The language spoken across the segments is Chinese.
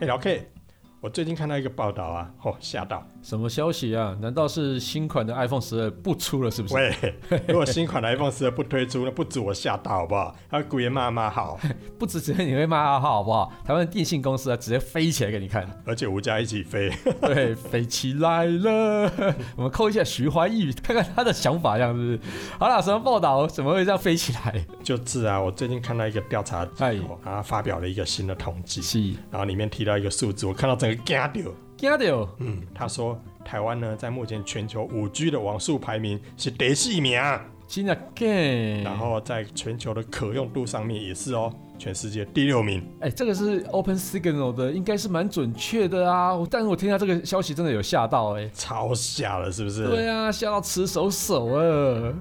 哎，老 K，我最近看到一个报道啊，哦，吓到！什么消息啊？难道是新款的 iPhone 十二不出了，是不是？喂，如果新款的 iPhone 十二不推出，那不止我吓到，好不好？还有古爷骂骂好，不止只是你会骂阿浩，好不好？台湾电信公司啊，直接飞起来给你看， 而且吴家一起飞，对，飞起来了。 我们扣一下徐怀钰，看看他的想法样子。好啦，什么报道？怎么会这样飞起来？就是啊，我最近看到一个调查哎结果，然后发表了一个新的统计，是然后里面提到一个数字，我看到整个惊掉。惊掉，嗯，他说台湾呢，在目前全球五 G 的网速排名是第四名，啊真的 gay。然，后在全球的可用度上面也是哦，全世界第六名。哎，这个是 Open Signal 的，应该是蛮准确的啊。但是我听到这个消息，真的有吓到哎、超瞎了，是不是？对啊，吓到吃手手啊！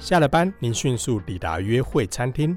下了班，您迅速抵达约会餐厅，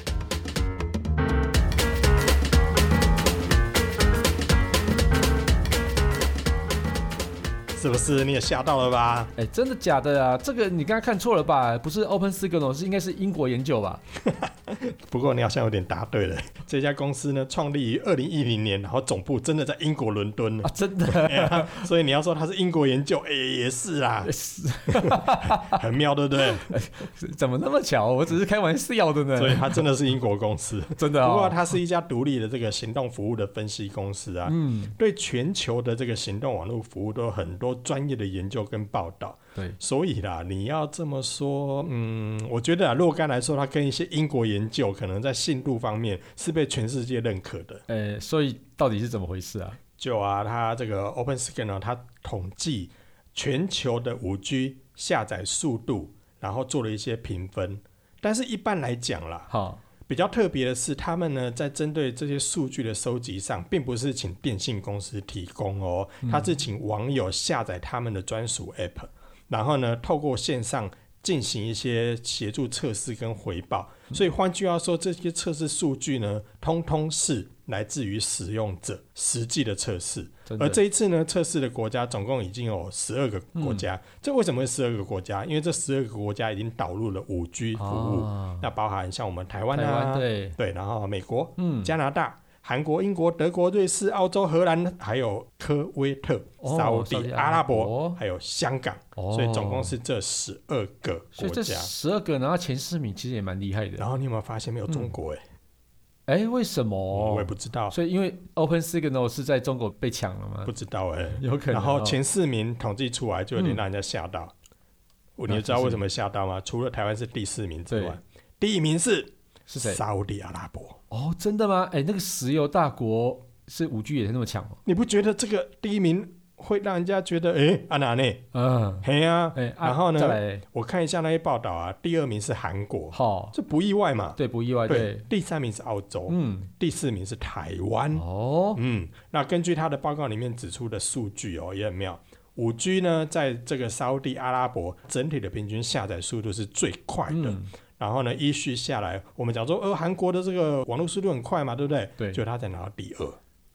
是不是你也吓到了吧？哎，真的假的啊？这个你刚刚看错了吧？不是 Open Signal，是应该是英国研究吧？不过你好像有点答对了。 这家公司呢，创立于二零一零年，然后总部真的在英国伦敦呢啊，。真的。 哎呀所以你要说它是英国研究，哎、也是啦，是很妙， 对不对？怎么那么巧？我只是开玩笑的所呢，以它真的是英国公司。真的不哦过。它是一家独立的这个行动服务的分析公司啊，嗯，对全球的这个行动网络服务都有很多专业的研究跟报道。对，所以啦，你要这么说，嗯，我觉得啊，若干来说，它跟一些英国研究可能在信度方面是被全世界认可的。哎，所以到底是怎么回事啊？就啊，它这个 OpenScan 呢，它统计全球的五 G 下载速度，然后做了一些评分。但是，一般来讲啦，好，比较特别的是，他们呢在针对这些数据的收集上，并不是请电信公司提供哦，嗯它是请网友下载他们的专属 App，然后呢透过线上进行一些协助测试跟回报。嗯所以换句话说，这些测试数据呢，通通是来自于使用者实际的测试。真而的。这一次呢，测试的国家总共已经有十二个国家。嗯这为什么是十二个国家？因为这十二个国家已经导入了五 G 服务。啊那包含像我们台湾台啊，湾对，对，然后美国、嗯，加拿大、韩国、英国、德国、瑞士、澳洲、荷兰，还有科威特、哦沙沙地地阿阿拉拉伯伯，还有香港，哦所以总共是这十二个国所以这家。十二个拿到前四名，其实也蛮厉害的。然后你有没有发现没有嗯中国、欸？哎、哎，为什么？嗯我也不知道，所以因为 Open Signal 是在中国被抢了吗不？知道哎、有可然能哦。后前四名统计出来，就有点让人家吓到。我你嗯那知道就是为什么吓到吗？除了台湾是第四名之对外，第一名是是谁？沙烏地阿拉伯。哦，真的吗？哎，那个石油大国是五 G 也是那么强哦。你不觉得这个第一名会让人家觉得，哎、阿哪呢？嗯，嘿呀、哎，啊然后呢再来，我看一下那些报道啊，第二名是韩国，好，这不意外嘛？对，不意外，对，第三名是澳洲，嗯，第四名是台湾。哦，嗯，那根据他的报告里面指出的数据哦，也很妙。五 G 呢，在这个沙烏地阿拉伯整体的平均下载速度是最快的。嗯，然后呢，依序下来，我们讲说，呃，韩国的这个网络速度很快嘛，对不对？对就他才拿到第二。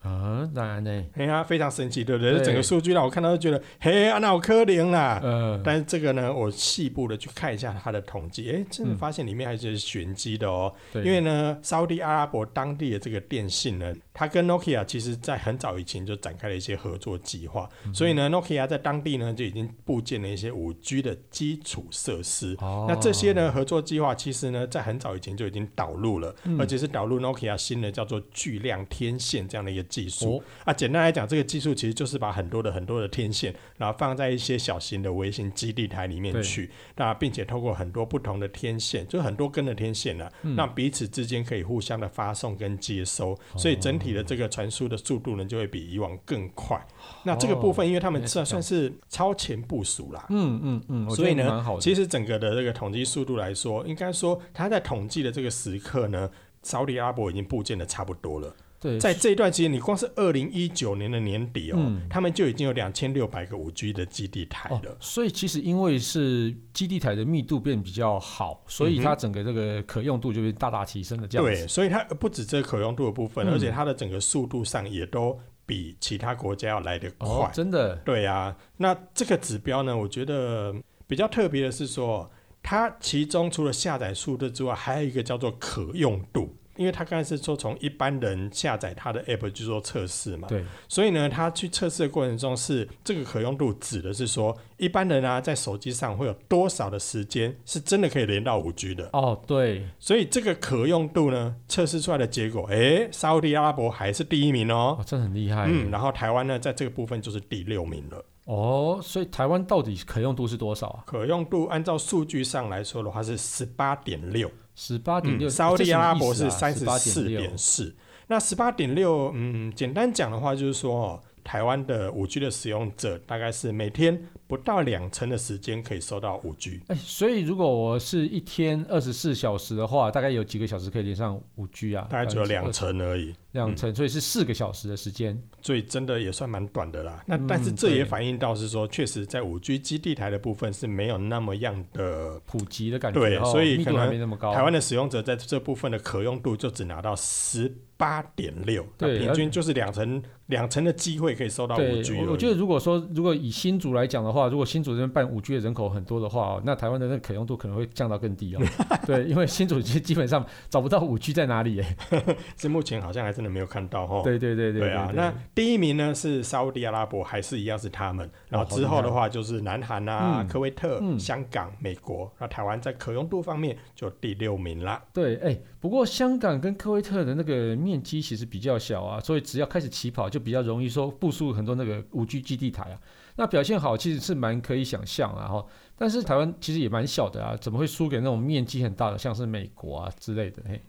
啊，当然呢，嘿呀、非常神奇，对不对？对这整个数据让我看到就觉得，嘿，啊，那我可怜啦。呃，但是这个呢，我细部的去看一下它的统计，诶，真的发现里面还是有玄机的哦。嗯对因为呢，沙地阿拉伯当地的这个电信呢，它跟 Nokia 其实在很早以前就展开了一些合作计划，嗯所以呢，Nokia 在当地呢就已经部建了一些五 G 的基础设施。哦那这些呢合作计划，其实呢在很早以前就已经导入了，嗯而且是导入 Nokia 新的叫做巨量天线这样的一个技术。哦啊，简单来讲，这个技术其实就是把很多的很多的天线，然后放在一些小型的微型基地台里面对去，那并且透过很多不同的天线，就很多根的天线呢、啊嗯让彼此之间可以互相的发送跟接收，哦所以整体的这个传输的速度呢，就会比以往更快。那这个部分，因为他们哦原来是算这算样是超前部署啦，嗯嗯嗯，我觉所以得呢蛮好的，其实整个的这个统计速度来说，应该说它在统计的这个时刻呢，沙特阿拉伯已经部件的差不多了。对，在这一段期间，你光是二零一九年的年底哦，嗯他们就已经有两千六百个五 G 的基地台哦了。，所以其实因为是基地台的密度变比较好，所以它整个这个可用度就变大大提升了，这样嗯对，子。所以它不止这个可用度的部分，嗯而且它的整个速度上也都比其他国家要来得快。哦，真的，对啊，那这个指标呢，我觉得比较特别的是说，它其中除了下载速度之外，还有一个叫做可用度。因为它刚才是说从一般人下载它的 app 去做测试嘛，对，所以呢，它去测试的过程中是这个可用度指的是说，一般人啊在手机上会有多少的时间是真的可以连到五 G 的，哦，对，所以这个可用度呢，测试出来的结果，诶，沙烏地阿拉伯还是第一名哦。哦，真的很厉害。嗯，然后台湾呢，在这个部分就是第六名了。哦，所以台湾到底可用度是多少啊？可用度按照数据上来说的话是十八点六，十八点嗯，六，沙烏地阿拉伯是三三十啊八四六点，四。那十八点六，嗯，简单讲的话就是说、哦，台湾的五 G 的使用者大概是每天不到两成的时间可以收到五 G。哎，所以如果我是一天二十四小时的话，大概有几个小时可以连上五 G 啊？大概只有两嗯20成而已，两成，所以是四个小时的时间。所以真的也算蛮短的啦。那嗯但是这对也反映到是说，确实在五 G 基地台的部分是没有那么样的，普及的感觉，对哦所以密可度还能没那么高。台湾的使用者在这部分的可用度就只拿到十八点六，那对平均就是两成两成的机会可以收到对五 G。，我我觉得如果说如果以新竹来讲的话，如果新竹这边办五 G 的人口很多的话、哦，那台湾的那个可用度可能会降到更 低哦。对，因为新竹基基本上找不到五 G 在哪里耶。是目前好像还真的没有看到哈。对对对对对啊，那第一名呢是沙烏地阿拉伯，还是一样是他哦们。然后之后的话就是南韩啊、嗯科威特、嗯香港、美国，那台湾在可用度方面就第六名啦。对，哎，不过香港跟科威特的那个面积其实比较小啊，所以只要开始起跑，就比较容易说部署很多那个五 G 基地台啊。那表现好其实是蛮可以想象啊，哈。但是台湾其实也蛮小的啊，怎么会输给那种面积很大的，像是美国啊之类的？嘿，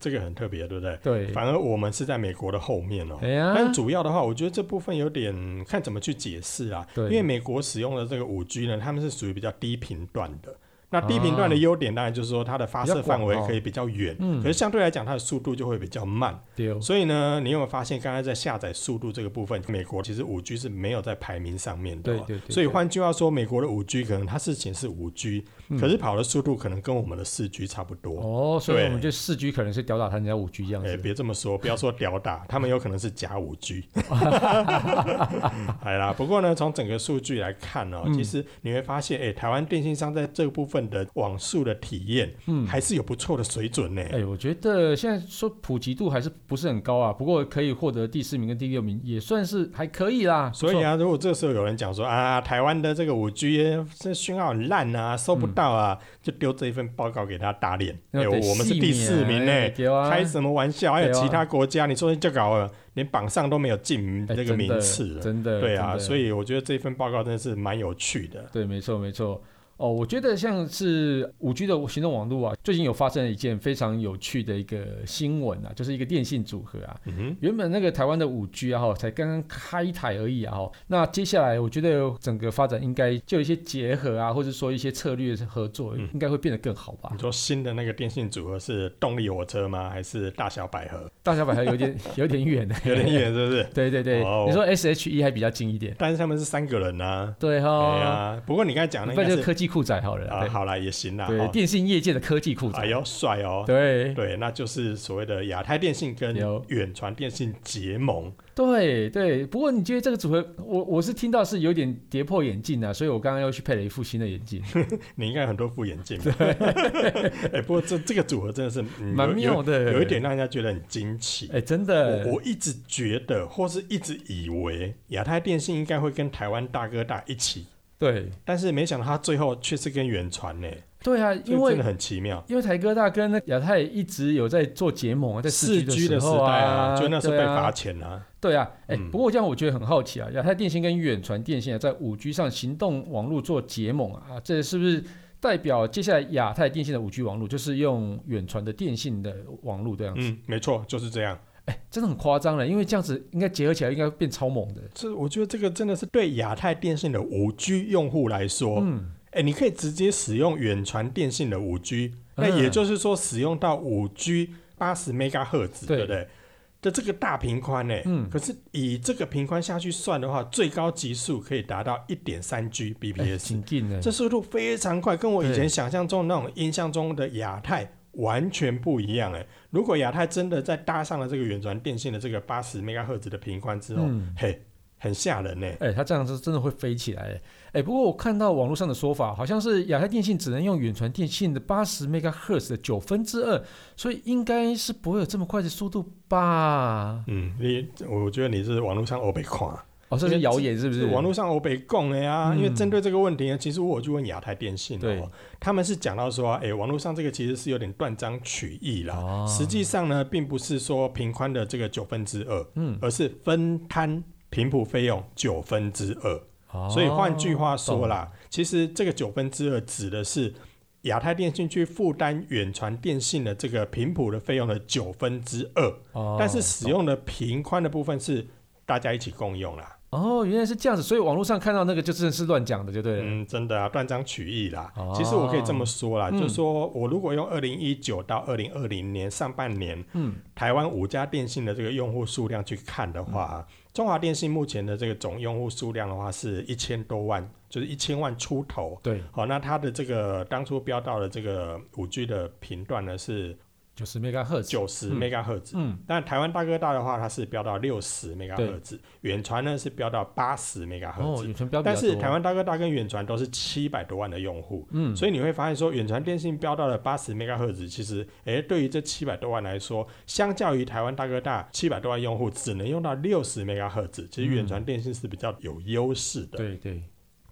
这个很特别，对不对？对，反而我们是在美国的后面哦。哎呀，但主要的话，我觉得这部分有点看怎么去解释啊。对因为美国使用的这个五 G 呢，他们是属于比较低频段的。那低频段的优点当然就是说它的发射范围啊比较广哦可以比较远，嗯可是相对来讲它的速度就会比较慢。丢所以呢，你有没有发现刚才在下载速度这个部分，美国其实五 G 是没有在排名上面的哦、对对对所以换句话说，美国的五 G 可能它是显示五 G，、可是跑的速度可能跟我们的四 G 差不多。嗯哦，所以对我们就四 G 可能是吊打他人家五 G 这样哎、子。别这么说，不要说屌打， 他们有可能是假五 G。哎啦，不过呢，从整个数据来看嗯哦、其实你会发现，哎、台湾电信商在这部分的网速的体验，嗯还是有不错的水准呢、哎、我觉得现在说普及度还是不是很高啊，不过可以获得第四名跟第六名，也算是还可以啦。所以啊，啊，如果这时候有人讲说啊，台湾的这个五 G 这讯号很烂啊，收不到啊，就丢这一份报告给他打脸。哎、那嗯得我我们是第四名呢、哎对啊，开什么玩笑？还有对啊其他国家，你说就搞了，连榜上都没有进哎这个名次了。真的，对啊，所以以我觉得这份报告真的是蛮有趣的。对，没错没错。哦，我觉得像是五 G 的行动网络啊，最近有发生了一件非常有趣的一个新闻啊，就是一个电信组合啊，嗯哼，原本那个台湾的五 G 啊，哈，才刚刚开台而已啊，哈。那接下来我觉得整个发展应该就有一些结合啊，或者说一些策略合作，嗯应该会变得更好吧你。说新的那个电信组合是动力火车吗？还是大小百 合？大小百还有点有点远，有点。远，是不是？ 对对对，哦你说 SHE 还比较近一点。但是他们是三个人啊。对哈、哎呀，不过你刚才讲的哦那应该就是是科技酷仔好了。啊，好啦，也行啦。对，对哦电信业界的科技酷仔。哎呦，帅哦。对对，那就是所谓的亚太电信跟有远传电信结盟。对对，不过你觉得这个组合，我我是听到是有点跌破眼镜啊，所以我刚刚又去配了一副新的 眼镜，你应该有很多副眼镜吧。 哎，不过这这个组合真的是嗯蛮有妙的。有有一点让人家觉得很惊奇哎、。真的，我我一直觉得，或是一直以为亚太电信应该会跟台湾大哥大一起，对但是没想到他最后却是跟远传呢，对啊，这因个为真的很奇妙。因为台哥大跟那亚太一直有在做结盟啊，在四 G 4G 的时候代啊，就那时候被对罚啊。钱啊，对啊，哎、嗯不过这样我觉得很好奇啊，亚太电信跟远传电信啊，在五 G 上行动网络做结盟啊，这是不是代表接下来亚太电信的五 G 网络就是用远传的电信的网络这样子？嗯，没错，就是这样。哎、真的很夸张了，因为这样子应该结合起来应该变超猛的。这我觉得这个真的是对亚太电信的五 G 用户来说，嗯，哎、你可以直接使用远传电信的五 G，那嗯也就是说使用到五 G 八十 m 赫兹，对对不对？的这个大平宽呢、哎嗯可是以这个平宽下去算的话，最高极速可以达到一点三 G 哎 bps，、挺近的，这速度非常快，跟我以对前想象中那种印象中的亚太完全不一样哎、如果亚太真的在搭上了这个远传电信的这个八十 MHz 的频宽之后，嗯嘿，很吓人欸呢、哎、它这样是真的会飞起来。哎、不过我看到网络上的说法，好像是亚太电信只能用远传电信的八十 megahertz 的九分之二，所以应该是不会有这么快的速度吧？嗯，你我觉得你是网络上欧北狂，啊哦，这是因为谣言是不是？网络上欧北共的呀、嗯因为针对这个问题呢，其实我有去问亚太电信对哦，他们是讲到说啊，哎、网络上这个其实是有点断章取义啦。哦实际上呢，并不是说平宽的这个九分之二，嗯，而是分摊频谱费用九分之二。哦所以换句话说啦，其实这个九分之二指的是亚太电信去负担远传电信的这个频谱的费用的九分之二，哦但是使用的频宽的部分是大家一起共用啦。哦，原来是这样子，所以网络上看到那个就真的是乱讲的，就对了。嗯，真的啊，断章取义啦。哦其实我可以这么说啦，嗯就是说我如果用二零一九到二零二零年上半年嗯台湾五家电信的这个用户数量去看的嗯话，中华电信目前的这个总用户数量的话是一千多万，就是一千万出头。对，好、那它的这个当初标到的这个五 G 的频段呢是九十 megahertz，九十嗯 MHz，、嗯，但台湾大哥大的话，它是标到六十 MHz，远传呢是标到八十 MHz，、哦，远程标比较但是多台湾大哥大跟远传都是七百多万的用户，嗯所以你会发现说，远传电信标到了八十 MHz，其实，诶，对于这七百多万来说，相较于台湾大哥大七百多万用户只能用到六十 MHz，其实嗯远传电信是比较有优势的。对对，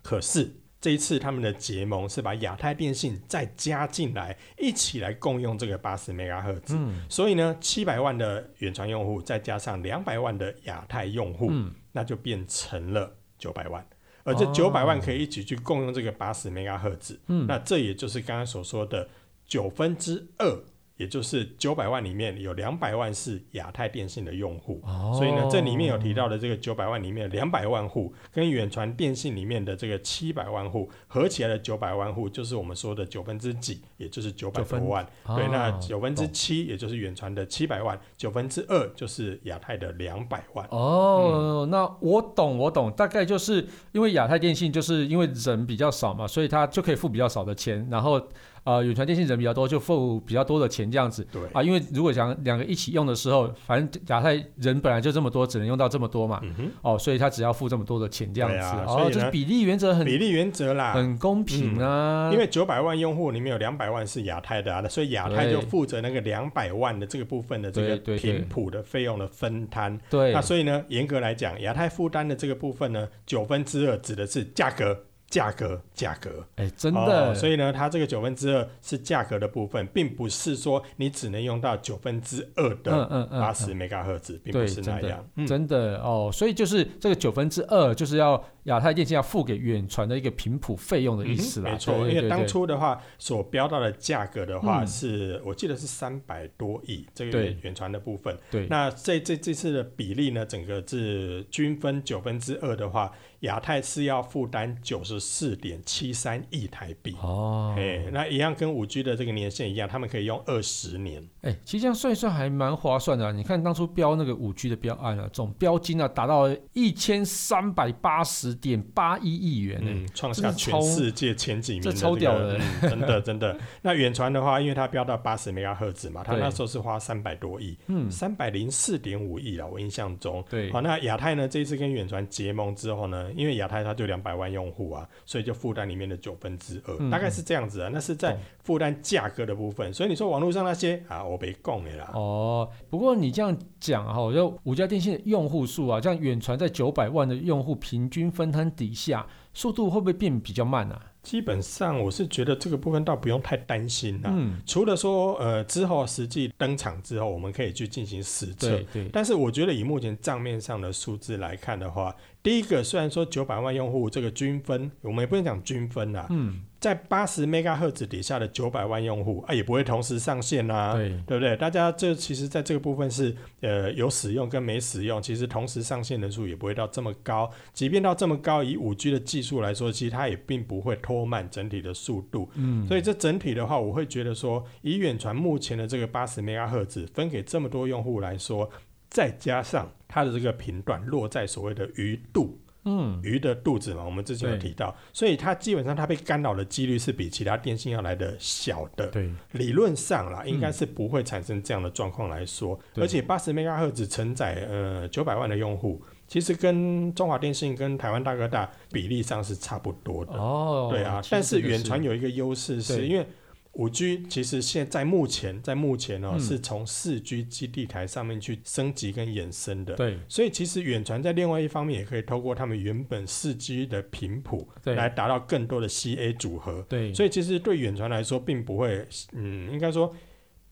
可是这一次他们的结盟是把亚太电信再加进来，一起来共用这个八十 MHz。嗯所以呢，七百万的远传用户再加上两百万的亚太用户，嗯，那就变成了九百万。而这哦九百万可以一起去共用这个八十 MHz，、嗯那这也就是刚刚所说的九分之二，也就是九百万里面有两百万是亚太电信的用户。哦，所以呢，这里面有提到的这个九百万里面两百万户，跟远传电信里面的这个七百万户合起来的九百万户，就是我们说的九分之几，也就是九百多万。哦对，那九分之懂七，也就是远传的七百万，九分之二就是亚太的两百万。嗯哦，那我懂，我懂，大概就是因为亚太电信就是因为人比较少嘛，所以它就可以付比较少的钱，然后呃，远传电信人比较多，就付比较多的钱这样子对，啊。因为如果想两个一起用的时候，反正亚太人本来就这么多，只能用到这么多嘛，嗯哼，哦，所以他只要付这么多的钱这样对子，啊所以哦，呢就是比例原则很比例原则啦。很公平啊，因为九百万用户里面有两百万是亚太的啊，那所以亚太对就负责那个两百万的这个部分的这个对对对频谱的费用的分摊。对那所以呢，严格来讲，亚太负担的这个部分呢，九分之二指的是价格，价格，价格。哎，真的，哦所以以呢，它这个九分之二是价格的部分，并不是说你只能用到九分之二嗯的嗯嗯，八十 MHz，并对不是那真的样。嗯，真的哦，所以就是这个九分之二，就是要亚太电信要付给远传的一个频谱费用的意思啦。嗯没错，对对因为当对初的话所标到的价格的话嗯是，我记得是三百多亿这个对远传的部分。对那这这这次的比例呢，整个是均分九分之二的话，亚太是要负担九十四点七三亿台币。哦，哎、哎、那一样跟五 G 的这个年限一样，他们可以用二十年。哎其实这样算一算还蛮划算的、啊。你看当初标那个五 G 的标案啊，总标金啊达到一千三百八十点八一亿元呢、嗯，创这下是全超世界前几名的、这这个，超屌的嗯真的真的。那远传的话，因为它标到八十 MHz 嘛，它对那时候是花三百多亿，嗯，三百零四点五亿啊啦，我印象中。对好，那亚太呢？这一次跟远传结盟之后呢，因为亚太它就两百万用户啊，所以就负担里面的九分之嗯二，大概是这样子啊。那是在懂负担价格的部分，所以你说网络上那些啊，我被供的啦，哦，不过你这样讲哈、就五家电信的用户数啊，这样远传在九百万的用户平均分摊底下，速度会不会变比较慢啊？基本上我是觉得这个部分倒不用太担心啦、嗯，除了说，呃，之后实际登场之后，我们可以去进行实测对。对，但是我觉得以目前账面上的数字来看的话，第一个虽然说九百万用户这个均分，我们也不能讲均分啊，嗯。在八十 MHz 底下的九百万用户啊，也不会同时上线啊啦、对，对不对？大家这其实在这个部分是呃有使用跟没使用，其实同时上线人数也不会到这么高。即便到这么高，以五 G 的技术来说，其实它也并不会拖慢整体的速度。嗯，所以这整体的话，我啊会觉得说，以远传目前的这个八十 MHz 分给这么多用户来说。再加上它的这个频段落在所谓的鱼肚。嗯，鱼的肚子嘛，我们之前有提到，所以它基本上它被干扰的几率是比其他电信要来的小的。对，理论上啦，应该是不会产生这样的状况来说。嗯对而且八十 MHz 承载呃九百万的用户，其实跟中华电信跟台湾大哥大比例上是差不多的。哦，对啊其，实但是这个远传有一个优势，是对因为五 G 其实现在目前在目前哦、嗯是从四 G 基地台上面去升级跟衍生的。对所以其实远传在另外一方面也可以透过他们原本四 G 的频谱对来达到更多的 CA 组合，对，所以其实对远传来说并不会，嗯，应该说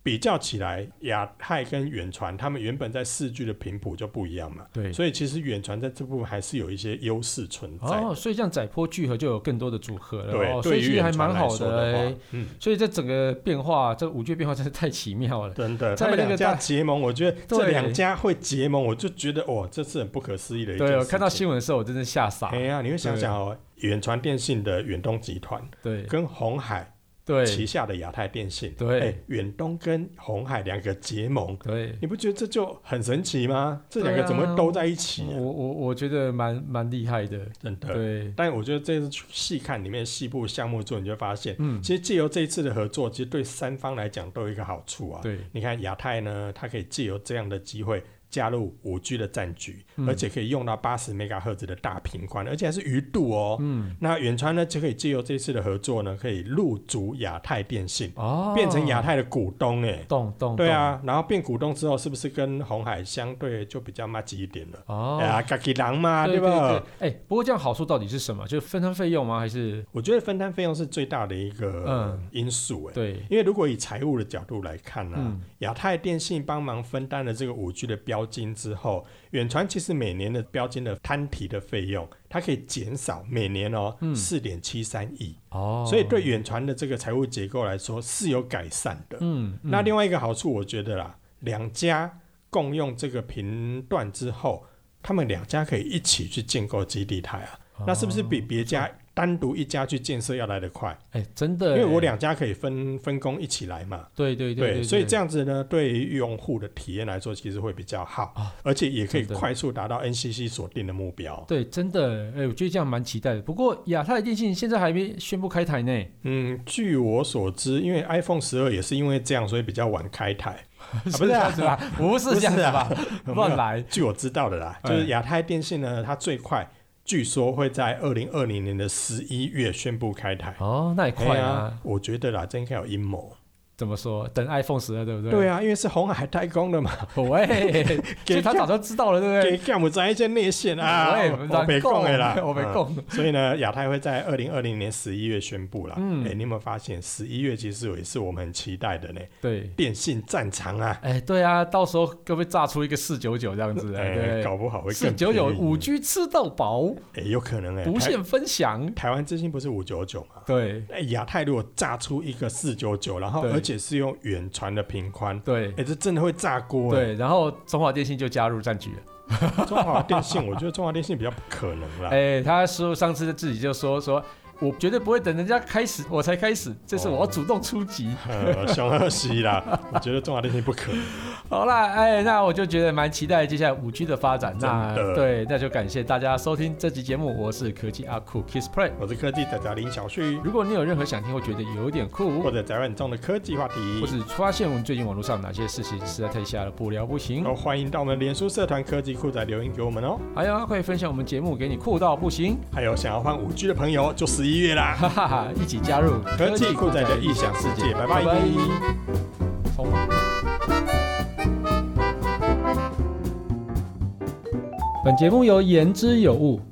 比较起来，亚太跟远传他们原本在四 G 的频谱就不一样嘛，对。所以其实远传在这部分还是有一些优势存在。哦，所以这样载波聚合就有更多的组合了，对，哦、所对以其于实还远传蛮来好说的、的欸话，，嗯，所以这整个变化，这五 G 变化真是太奇妙了。真的，在他们那个两家大结盟，我觉得这对两家会结盟，我就觉得哇，这是很不可思议的一件事对，哦情。我看到新闻的时候，我真的吓傻哎。呀、你会想对想哦，远传电信的远东集团对跟红海旗对下的亚太电信，对哎远东跟红海两个结盟，对，你不觉得这就很神奇吗？这两对个啊怎么会兜在一起、我啊？我我觉得蛮蛮厉害的。真的。对，但我觉得这次去细看里面细部项目之后，你就会发现，嗯，其实借由这一次的合作，其实对三方来讲都有一个好处啊。对你看亚太呢，它可以借由这样的机会加入五 G 的战局，嗯而且可以用到八十 MHz 的大频宽，而且还是鱼肚哦。嗯，那远川呢就可以借由这次的合作呢，可以入主亚太电信，哦，变成亚太的股东哎。动动，对啊，然后变股东之后，是不是跟红海相对就比较麻吉一点了？动，哦哎，呀，嘎吉狼嘛，对啊吧？？哎，不过这样好处到底是什么？就是分摊费用吗？还是我觉得分摊费用是最大的一个嗯因素哎。对？因为如果以财务的角度来看呢、嗯亚太电信帮忙分担了这个五 G 的标金之后，远传其实每年的标金的摊提的费用，它可以减少每年哦嗯四点七三亿，哦，所以对远传的这个财务结构来说是有改善的。嗯，嗯，那另外一个好处，我觉得啦，两家共用这个频段之后，他们两家可以一起去建构基地台啊，哦那是不是比别家单独一家去建设要来得快？哦哎真因的？为我两家可以分分工一起来嘛。对对对对，所以这样样子呢，对于用户的体验来说，其实会比较好，啊而且也可以真的快速达到 NCC 所定的目标。对真的哎，我觉得这样蛮期待的。不过亚太电信现在还没宣布开台呢，嗯，据我所知，因为 iPhone 十二也是因为这样，所以比较晚开 台。不不是这啊样子吧？ 不是这样子吧？乱来。据我知道的啦，哎就是亚太电信呢，它最快据说会在二零二零年的十一月宣布开台。哦，那也哎快呀啊！我觉得啦，这应该有阴谋。怎么说？等 iPhone 十二，对不对？对啊，因为是红海代工的嘛，喂， 所以他早就知道了，对不给对？干部在一些内线啊，喂，我没空的啦， 我没嗯空。所以呢，亚太会在二零二零年十一月宣布啦。嗯，嗯哎、你有没有发现十一月其实也是我们很期待的呢？对，电信战场啊，哎，对啊，到时候会不会炸出一个四九九这样子？哎，哎、对，搞不好会四更九九便宜五，G 吃到饱，哎、有可能哎、无台限分享。台湾之星不是五九九吗？对哎，亚太如果炸出一个四九九，然后对而且是用远传的频宽，对哎、这真的会炸锅、哎。对，然后中华电信就加入战局了。中华电信， 我觉得中华电信比较不可能啦。哎，他说上次自己就说说。我绝对不会等人家开始我才开始，这次我要主动出击。呃，熊二喜啦， 我觉得中华电信不可能。好啦，哎，那我就觉得蛮期待接下来五 G 的发展。那真的对，那就感谢大家收听这期节目，我是科技阿酷 Kiss Play。我是科技仔仔林小旭，如果你有任何想听或觉得有点酷或，者宅软中的科技话题，或是发现我们最近网络上哪些事情实在太瞎了，不聊不行然，后欢迎到我们的脸书社团科技酷仔留言给我们哦。还有啊可以分享我们节目给你酷到不行，还有想要换五 G 的朋友，就十一月啦。哈哈哈，一起加入科技酷仔的异想世界，拜拜冲本节目由言之有物、